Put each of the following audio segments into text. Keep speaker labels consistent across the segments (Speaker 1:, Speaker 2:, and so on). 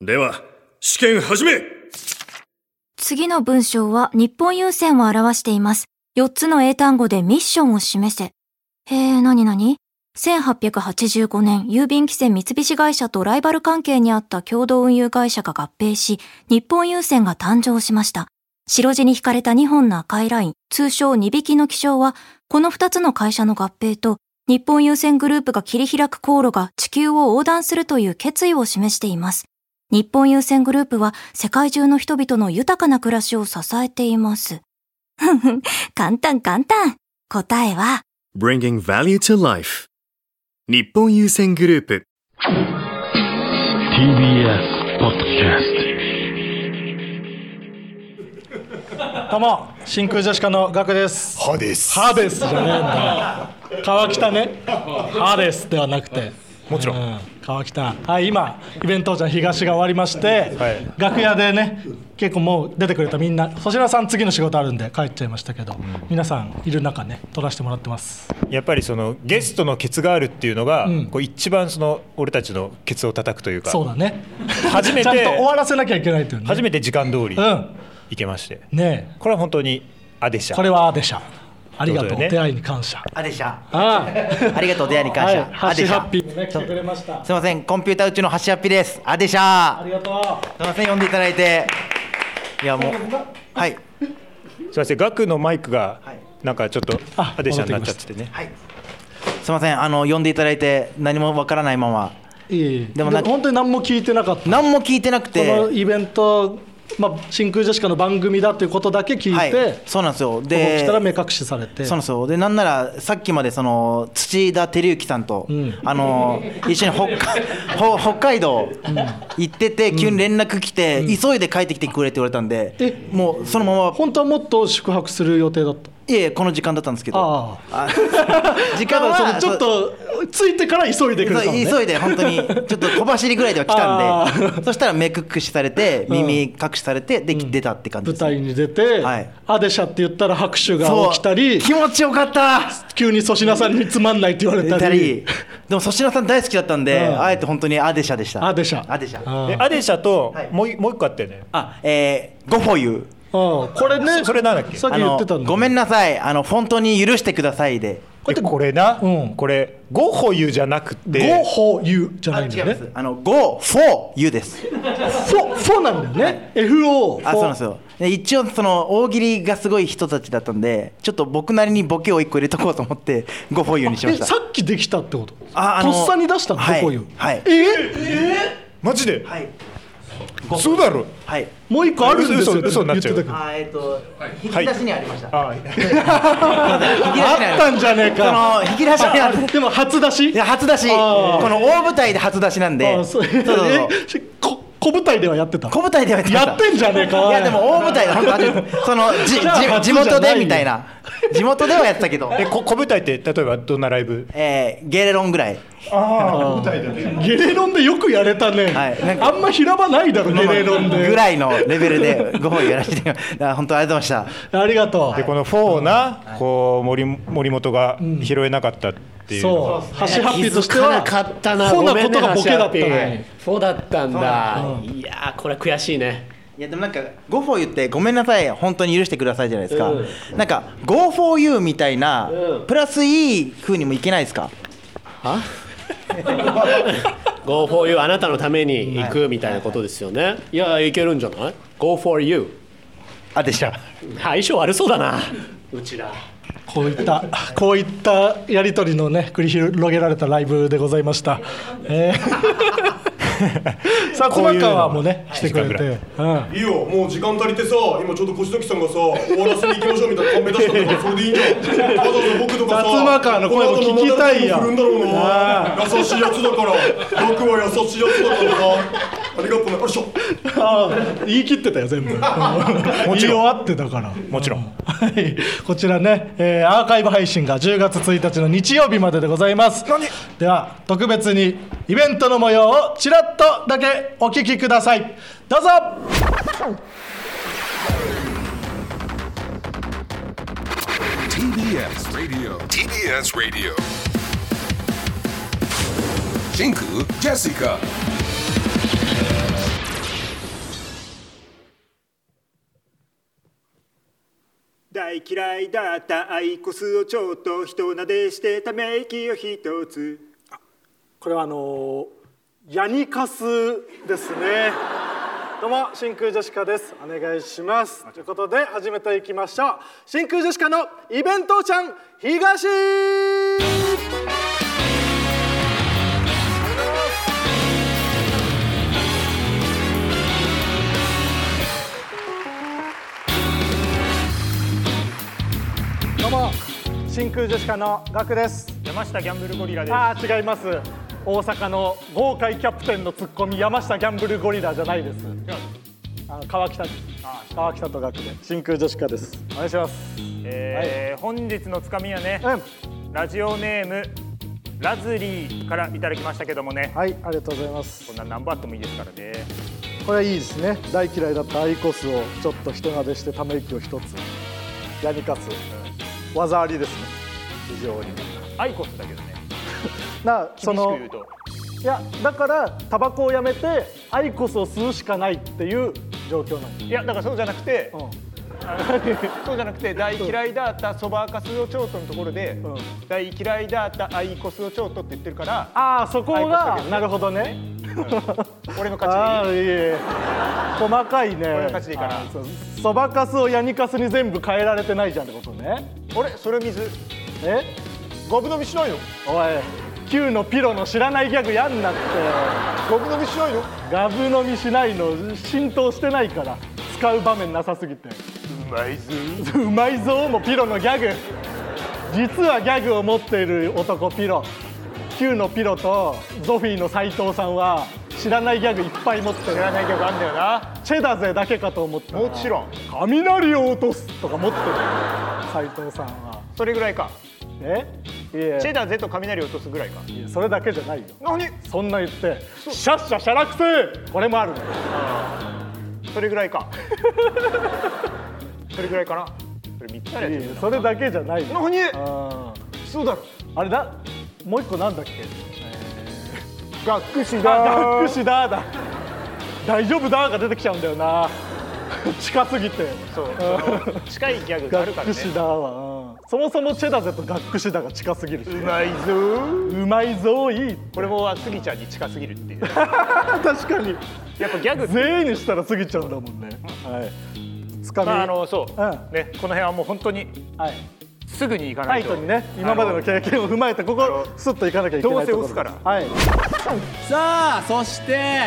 Speaker 1: では、試験始め
Speaker 2: 次の文章は日本郵船を表しています。4つの英単語でミッションを示せ。へえ、なになに ?1885 年、郵便規制三菱会社とライバル関係にあった共同運輸会社が合併し、日本郵船が誕生しました。白地に引かれた2本の赤いライン、通称2匹の気象は、この2つの会社の合併と、日本郵船グループが切り開く航路が地球を横断するという決意を示しています。日本郵船グループは世界中の人々の豊かな暮らしを支えています。ふんふん、簡単簡単。答えは、
Speaker 1: !Bringing Value to Life 日本優先グループ
Speaker 3: TBS ポッドキャスト
Speaker 4: どうも真空ジェシカのガクです
Speaker 5: 歯です
Speaker 4: ハーですじゃねえんだよ川北ねハーですではなくて
Speaker 5: もちろん
Speaker 4: 川北はい今イベントじゃん東が終わりまして、
Speaker 5: はい
Speaker 4: 楽屋でね結構もう出てくれたみんな粗品さん次の仕事あるんで帰っちゃいましたけど、皆さんいる中ね撮らせてもらってます
Speaker 5: やっぱりそのゲストのケツがあるっていうのが、
Speaker 4: うん
Speaker 5: こう一番その俺たちのケツを叩くというか
Speaker 4: そうだね
Speaker 5: 初めて
Speaker 4: ちゃんと終わらせなきゃいけないというね
Speaker 5: 初めて時間通り
Speaker 4: うん
Speaker 5: 行けまして、
Speaker 4: ね
Speaker 5: これは本当にあでし
Speaker 4: え
Speaker 5: ゃ
Speaker 4: これはでしたありがとう
Speaker 5: そうだよね
Speaker 4: 出会いに感謝
Speaker 6: あでしゃ。
Speaker 4: あ
Speaker 6: ありがとう出会いに感謝。
Speaker 4: はい
Speaker 6: あでし
Speaker 4: ハ
Speaker 6: ゃ。
Speaker 4: ッピーもね来てくれました
Speaker 6: すみません、コンピューターうちのハシハッピーです。あでしゃ
Speaker 4: あ。りがとう
Speaker 6: すみません、呼んでいただいて。いやもう。はい。
Speaker 5: すいませんガクのマイクが
Speaker 6: はい
Speaker 5: なんかちょっと
Speaker 4: あ
Speaker 5: あでしゃになっちゃっててね
Speaker 6: はい。すみません、あの呼んでいただいて、何もわからないまま。
Speaker 4: いい
Speaker 6: でもなんか
Speaker 4: 本当に何も聞いてなかった
Speaker 6: 何も聞いてなく
Speaker 4: この
Speaker 6: て。
Speaker 4: イベント、まあ、真空ジェシカの番組だということだけ聞い
Speaker 6: はい
Speaker 4: て、。
Speaker 6: そうなんですよ。
Speaker 4: ここ
Speaker 6: で。
Speaker 4: 来たら目隠しされて
Speaker 6: そうなんですよでなんならさっきまでその土田照之さんと、
Speaker 4: ん
Speaker 6: あのー一緒に北海 ほ北海道行ってて、急に連絡来て、急いで帰ってきてくれって言われたんで、
Speaker 4: え
Speaker 6: もうそのまま
Speaker 4: 本当はもっと宿泊する予定だった
Speaker 6: いえいえこの時間だったんですけど
Speaker 4: あ
Speaker 6: あ時
Speaker 4: た
Speaker 6: 間
Speaker 4: だ
Speaker 6: は
Speaker 4: そのちょっと着いてから急いでくれたのね
Speaker 6: 急いで本当にちょっと小走りぐらいでは来たん
Speaker 4: あ
Speaker 6: でそしたら目隠しされて
Speaker 4: ん
Speaker 6: 耳隠しされてで、出たって感じ
Speaker 4: 舞
Speaker 6: ですね、
Speaker 4: 台に出て、
Speaker 6: はい
Speaker 4: アデシャって言ったら拍手が
Speaker 6: そう
Speaker 4: 起きたり
Speaker 6: 気持ちよかった
Speaker 4: 急に粗品さんにつまんないって言われた
Speaker 6: た
Speaker 4: り
Speaker 6: りでも粗品さん大好きだったんで、
Speaker 4: うん
Speaker 6: あえて本当にアデシャでした
Speaker 4: アデシャ
Speaker 6: アデシャ
Speaker 4: あ
Speaker 5: で
Speaker 4: ー
Speaker 5: あでしゃと、
Speaker 6: はい
Speaker 5: もういもう一個あったよね
Speaker 6: あえー、ゴフォユ
Speaker 4: あーこれね
Speaker 5: そそれなんだっけ
Speaker 4: さっき
Speaker 6: あ
Speaker 4: 言っ
Speaker 6: の
Speaker 4: てたんだ
Speaker 6: ごめんなさいあの本当に許してくださいで
Speaker 5: これこれな、
Speaker 4: うん
Speaker 5: これゴッホユじゃなく
Speaker 4: ゴ
Speaker 5: て
Speaker 4: ホユじゃないんだよね
Speaker 6: あのゴフォユです
Speaker 4: フォフォなんだよね、FO
Speaker 6: あそうなんですよで一応その大喜利がすごい人たちだったんでちょっと僕なりにボケを一個入れとこうと思って ゴフォユにしま
Speaker 4: え
Speaker 6: した
Speaker 4: さっきできたってこと
Speaker 6: ああ
Speaker 4: と
Speaker 6: の
Speaker 4: っさに出したの、
Speaker 6: はい
Speaker 4: こういう、
Speaker 6: はい
Speaker 4: え
Speaker 5: マジで、
Speaker 6: はい
Speaker 5: そうだろ
Speaker 6: はい
Speaker 4: もう一個あるんですよ
Speaker 5: 嘘嘘嘘になっちゃう
Speaker 4: 言てたけど
Speaker 6: あーえっ、と引
Speaker 5: はい
Speaker 6: き出しにありました、
Speaker 5: あ
Speaker 6: 引き出しにあり
Speaker 4: あったんじゃねえか
Speaker 6: その引き出しにあ
Speaker 4: あ
Speaker 6: る
Speaker 4: でも初出し
Speaker 6: いや初出しこ
Speaker 4: あー
Speaker 6: の大舞台で初出しなんで
Speaker 4: あ
Speaker 6: そ
Speaker 4: そうう
Speaker 6: そうそう
Speaker 4: えしこ小舞台ではやってた
Speaker 6: 小舞台ではやってました
Speaker 4: やってんじゃねえかお
Speaker 6: いやでも大舞台で本当初めてそのじ
Speaker 4: じゃあ
Speaker 6: じ
Speaker 4: 初
Speaker 6: 地
Speaker 4: じゃないよ
Speaker 6: 元でみたいな地元ではやってたけど
Speaker 5: えこ小舞台って例えばどんなライブ
Speaker 6: えー、ゲレロンぐらい
Speaker 5: ああ舞台だ
Speaker 4: ゲレロンでよくやれたね、
Speaker 6: はいなんか
Speaker 4: あんま平場ないだろゲレロンで
Speaker 6: ぐらいのレベルでご本やらせてだから 本当ありがとうございました
Speaker 4: ありがとう、
Speaker 5: でこのフォーなこう森森本が拾えなかったっていうのが、
Speaker 4: そう橋ハッピーとしては
Speaker 7: 気づかなかったな
Speaker 4: フォな
Speaker 7: ごめん
Speaker 4: こ
Speaker 7: ね
Speaker 4: とがボケだったの
Speaker 7: ハシハッ
Speaker 4: に
Speaker 7: ピーフォだったんだいやーこれ悔しいね
Speaker 6: いやでもなんか「ゴフォー言って「ごめんなさい本当に許してください」じゃないですか、なんか「ゴフォーユー」みたいな、
Speaker 7: うん
Speaker 6: プラスいい風にもいけないですか
Speaker 7: は Go for you あなたのために行くみたいなことですよねいやいけるんじゃない Go for you
Speaker 6: あでした
Speaker 7: 相性悪そうだなうちら
Speaker 4: こういったこういったやり取りのね繰り広げられたライブでございました。え ー、さあ
Speaker 5: こういう
Speaker 4: 妻
Speaker 5: の
Speaker 4: 川もね来てくれ
Speaker 5: 一時
Speaker 4: て、うん、
Speaker 8: いいよもう時間足りてさ今ちょうど越時さんがさ終わらせに行きましょうみたいなカンペ出したんだからそれでいいんだよわざわざ僕とかさ
Speaker 4: 雑馬川の声も聞きたいや
Speaker 8: この後もなんだかも振るんだろうな優しいやつだから僕は優しいやつだからさありがとうねよいしょ
Speaker 4: あー言い切ってたよ 全部もちろん言い終わってたから
Speaker 5: もちろん
Speaker 4: はいこちらね、えーアーカイブ配信が10月1日の日曜日まででございますでは特別にイベントの模様をちらっとだけお聞きくださいどうぞ
Speaker 9: 真空ジェシカ大嫌いだったアイコスをちょっとひと撫でしてため息を一つ
Speaker 4: これはあのーヤニカスです ねどうも真空ジェシカですお願いしますということで始めていきましょう真空ジェシカのイベントちゃん東どうも真空ジェシカのガクです
Speaker 5: 山下ギャンブルゴリラです。
Speaker 4: ああ違います大阪の豪快キャプテンのツッコミ山下ギャンブルゴリラじゃないですあの川北です川北と学で真空ジェシカですお願いします
Speaker 5: えー本日のつかみはね、
Speaker 4: う
Speaker 5: ラジオネームラズリーからいただきましたけどもね
Speaker 4: ん、はいありがとうございます
Speaker 5: こんな何番あってもいいですからね。
Speaker 4: これはいいですね大嫌いだったアイコスをちょっと人撫でしてため息を一つやにかつ、技ありですね非常に
Speaker 5: アイコスだけどね。
Speaker 4: なそ
Speaker 5: 厳しく
Speaker 4: の
Speaker 5: 言うと。
Speaker 4: いやだからタバコをやめてアイコスを吸うしかないっていう状況なんです
Speaker 5: いやだからそうじゃなくて、
Speaker 4: うん
Speaker 5: あのそうじゃなくて大嫌 いだったそばかすをちょうとのところで、
Speaker 4: ん
Speaker 5: 大嫌いだったアイコスをちょうとって言ってるから
Speaker 4: ああそこ
Speaker 5: アイコスだ
Speaker 4: が
Speaker 5: けどね
Speaker 4: なるほどね
Speaker 5: 俺の
Speaker 4: ああ
Speaker 5: 勝ち
Speaker 4: い
Speaker 5: でい
Speaker 4: えい
Speaker 5: い
Speaker 4: え細かいね
Speaker 5: の勝ちでいいかな
Speaker 4: あーそうそばかすをヤニかすに全部変えられてないじゃんってことね
Speaker 5: 俺それ水
Speaker 4: え
Speaker 5: ゴブ飲みしないの
Speaker 4: おい Q のピロの知らないギャグやんなって
Speaker 5: ゴブ飲みしないの
Speaker 4: ガブ飲みしないの浸透してないから使う場面なさすぎて
Speaker 5: うまいぞ
Speaker 4: うまいぞーもピロのギャグ実はギャグを持っている男ピロ Q のピロとゾフィーの斎藤さんは知らないギャグいっぱい持ってる
Speaker 5: 知らない曲あんだよな
Speaker 4: チェダぜだけかと思ったら
Speaker 5: もちろん
Speaker 4: 雷を落とすとか持ってる斉藤さんは
Speaker 5: それぐらいか
Speaker 4: えいえ
Speaker 5: チェダーゼと雷を落とすぐらいか
Speaker 4: いえそれだけじゃないよ
Speaker 5: 何
Speaker 4: そんな言ってシャッシャシャラクセこれもあるの
Speaker 5: それぐら いかそれぐらいかなそれ3つあ
Speaker 4: い
Speaker 5: る
Speaker 4: えい
Speaker 5: や
Speaker 4: えそれだけじゃないよ
Speaker 5: 何
Speaker 4: あ
Speaker 5: つそうだろ
Speaker 4: ーあれだもう一個なんだっけ
Speaker 5: 学士
Speaker 4: あ
Speaker 5: だ
Speaker 4: 学士だーだ大丈夫だーが出てきちゃうんだよな 近すぎて
Speaker 5: そうその近いギャグがあるから
Speaker 4: 学
Speaker 5: ね
Speaker 4: 士だーは、うんそもそもチェダぜと学士だが近すぎるし
Speaker 5: うまいぞー
Speaker 4: うまいぞーいいって
Speaker 5: これもスギちゃんに近すぎるっていう
Speaker 4: 確かに
Speaker 5: やっぱギャグって
Speaker 4: 全員にしたら過ぎちゃうんだもんね。はい。つかみ。
Speaker 5: まああのそう、
Speaker 4: うん
Speaker 5: ねこの辺はもう本当に
Speaker 4: はい。
Speaker 5: すぐに行か
Speaker 4: タ
Speaker 5: な
Speaker 4: イ
Speaker 5: いと
Speaker 4: トにね、今までの経験を踏まえてここスッといかなきゃいけないところ。
Speaker 5: どうせ押すから
Speaker 4: はい。
Speaker 10: さあそして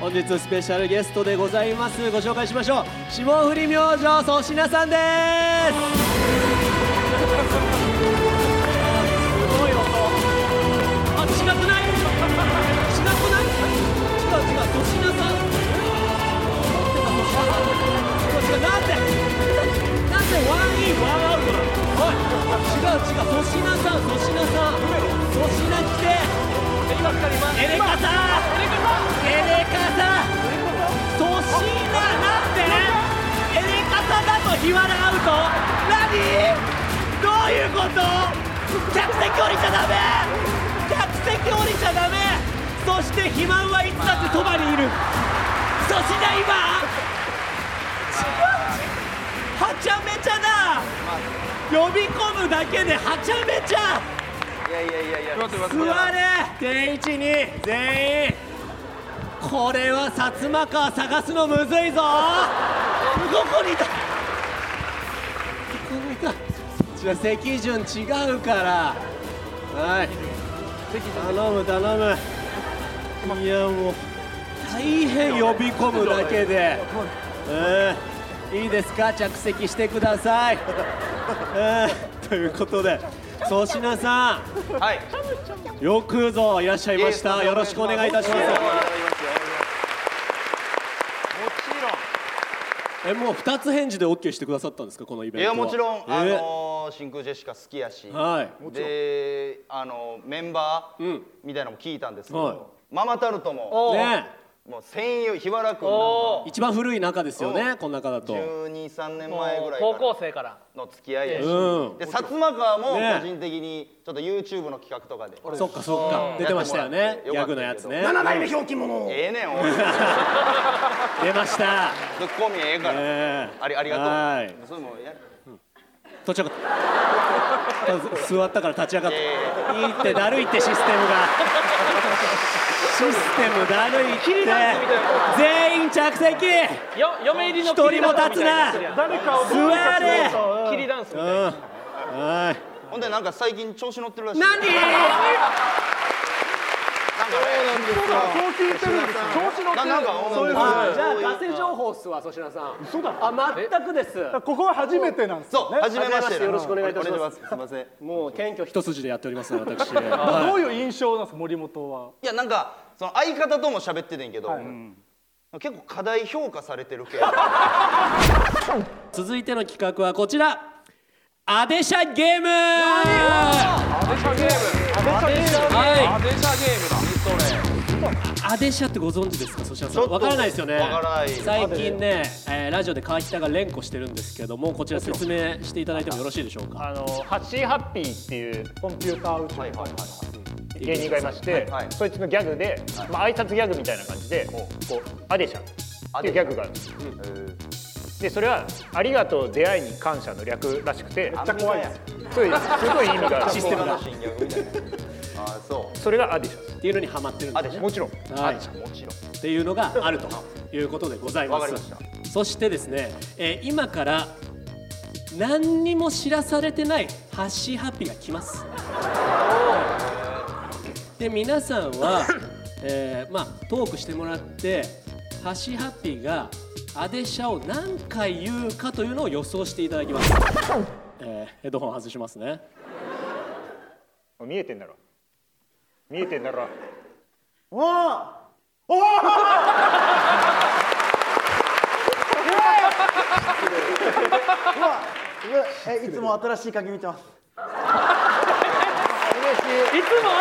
Speaker 10: 本日スペシャルゲストでございますご紹介しましょう霜降り明星粗品さんですすごい音あ違くない違くない違う違う粗品さん思ってた粗品さん違う違うなんでなんでワンインワンアウトなのおい違う違う粗品さん粗品さん粗品来てエレカタエレカタ粗品なんでエレカタだと日和アウト何どういうこと客席降りちゃダメ客席降りちゃダメそして肥満はいつだってそばにいる粗品今はちゃめちゃだ呼び込むだけではちゃめちゃ座れ定位置に全員これは薩摩川探すのむずいぞどこにいたどこにいたじゃあ席順違うからはい頼む頼むいやもう大変呼び込むだけでうんいいですか着席してくださいうんということで粗品さんよくぞいらっしゃいました。よろしくお願いいたします。え、もう二つ返事で OK してくださったんですか、このイベント
Speaker 11: い
Speaker 10: は。
Speaker 11: やもちろん、あ
Speaker 10: え
Speaker 11: のー真空ジェシカ好きやし、
Speaker 10: はい
Speaker 11: で、あのーメンバー
Speaker 10: ん
Speaker 11: みたいなのも聞いたんですけど、
Speaker 10: はい
Speaker 11: ママタルトも
Speaker 10: ね
Speaker 11: もう戦友日原君なんか
Speaker 10: 一番古い中ですよね、この中だと。
Speaker 11: 12、3年前ぐらいから
Speaker 10: 生から。
Speaker 11: の付き合いやし、
Speaker 10: うん
Speaker 11: で薩摩川も
Speaker 10: ね
Speaker 11: 個人的にちょっと YouTube の企画とかで、
Speaker 10: そっかそっか、出てましたよ
Speaker 11: やっ
Speaker 10: ね、
Speaker 11: て
Speaker 10: ギ
Speaker 11: もら
Speaker 10: ャ
Speaker 11: って
Speaker 10: グ
Speaker 11: よ
Speaker 10: の
Speaker 11: か
Speaker 10: や
Speaker 11: った
Speaker 10: つ
Speaker 11: けど
Speaker 10: ね。
Speaker 11: ええねんおいツ
Speaker 10: 出ました。
Speaker 11: ッコミええから、
Speaker 10: ええ
Speaker 11: ありありがとう
Speaker 10: はい
Speaker 11: それもや
Speaker 12: 途中から座ったから立ち上がったいいってだるいってシス テムがシステムだるいって全員着席
Speaker 10: よ嫁入りの
Speaker 12: 一人も立つな
Speaker 10: 誰かを
Speaker 12: どうにかしないと
Speaker 10: 座れキリダンスみたいな
Speaker 12: はい
Speaker 13: ほんでなんか最近調子乗ってるらしい
Speaker 10: 何
Speaker 13: なんかね
Speaker 10: そう聞いてるんです調子乗ってる
Speaker 13: なんか
Speaker 10: そういう
Speaker 13: なん
Speaker 10: こと
Speaker 13: か
Speaker 10: じゃあ稼情報っすわ粗品さん嘘だあ全くです
Speaker 14: ここは初めてなんです
Speaker 13: そう初めまして
Speaker 10: よろしくお願いいたします
Speaker 13: すいません
Speaker 10: もう謙虚一筋でやっております私
Speaker 13: あ
Speaker 14: どういう印象なんですか森本はい
Speaker 13: やなんかその相方とも喋っててんけど、うん結構課題評価されてる系
Speaker 10: 続いての企画はこちらアデシャゲーム
Speaker 12: アデシャゲームアデシャゲームアデシャゲームだ
Speaker 10: アデシャってご存知ですか粗品さ
Speaker 12: ちょ
Speaker 10: ん
Speaker 12: っと
Speaker 10: わからないですよね
Speaker 12: わからない
Speaker 10: 最近ね、えーラジオで川北が連呼してるんですけどもこちら説明していただいてもよろしいでしょうか
Speaker 5: あのハッシーハッピーっていうコンピューター宇宙の芸人がいまして、そいつのギャグで、まあ挨拶ギャグみたいな感じで、こうアデシャっていうギャグがあるんですよ。でそれは「ありがとう出会いに感謝」の略らしくてめっ
Speaker 13: ちゃ怖いやつ
Speaker 5: すごいすごい意味がある
Speaker 13: システムだあそう
Speaker 5: それがアディシャン
Speaker 10: っていうのにハマってるんです、ね、
Speaker 5: もちろん、
Speaker 10: はい、もちろんっていうのがあるということでございま
Speaker 5: わ
Speaker 10: す
Speaker 5: かりま
Speaker 10: そしてですね、えー今から何にも知らされてないハッシーハッピーが来ますで皆さんは、えーまあ、トークしてもらってハッシーハッピーがアデシャを何回言うかというのを予想していただきます、えーヘッドホン外しますね
Speaker 5: 見えてんだろ見えてんだろ
Speaker 12: おーお
Speaker 6: えいつも新しい鍵見てます
Speaker 12: 嬉しいいつも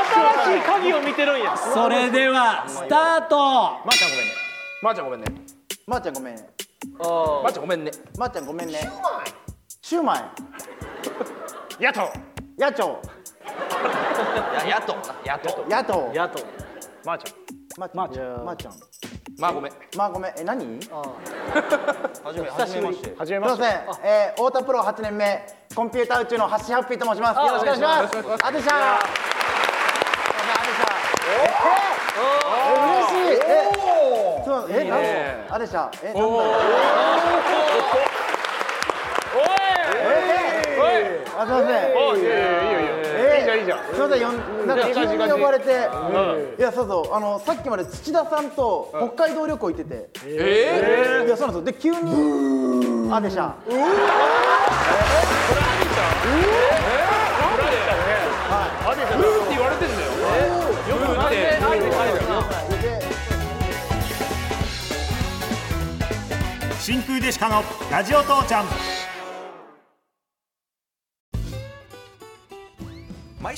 Speaker 12: 新しい鍵を見てるんや
Speaker 10: それではスタートま
Speaker 5: ーちゃんごめんねまーちゃんごめんね
Speaker 6: まー、ちゃんごめんね
Speaker 5: まーちゃんごめんね
Speaker 6: まー、ちゃんごめんねシューマイ
Speaker 5: 野党
Speaker 6: 野党
Speaker 5: や野党野党
Speaker 6: 野党
Speaker 5: 野党まーちゃん
Speaker 6: まー、ちゃんまー、ちゃん
Speaker 5: まあごめん
Speaker 6: まー、ごめんえ何
Speaker 5: は
Speaker 6: は
Speaker 5: は
Speaker 6: じ
Speaker 5: じめ
Speaker 6: め
Speaker 5: ま
Speaker 6: まし。
Speaker 5: してて
Speaker 6: すいません、えー、太田プロ8年目、コンピューター宇宙のハッシーハッピーと申します。
Speaker 12: あ
Speaker 6: よろしくお願いします。
Speaker 12: よろしくお願いします
Speaker 6: アデシャー。アデシャー。えー、えー嬉しい。えー、そう、え
Speaker 12: いい
Speaker 6: ー、
Speaker 12: ね
Speaker 6: なんだアデシャー。えー、なんだろう。おい。えー、あ、すいません。
Speaker 5: いやいやいやいや
Speaker 6: えー
Speaker 5: いいじゃんいいじゃん
Speaker 6: すみません、よんなんか
Speaker 5: いい感じ
Speaker 6: 急に呼ばれて、
Speaker 5: う
Speaker 6: いやそうそうあのさっきまで土田さんと北海道旅行行ってて、
Speaker 12: えー
Speaker 6: いやそうなんですよ。で急にアデシャ、う
Speaker 5: アディシャンって言われてんだよよく打
Speaker 15: 真空ジェシカのラジオ父ちゃん
Speaker 16: 毎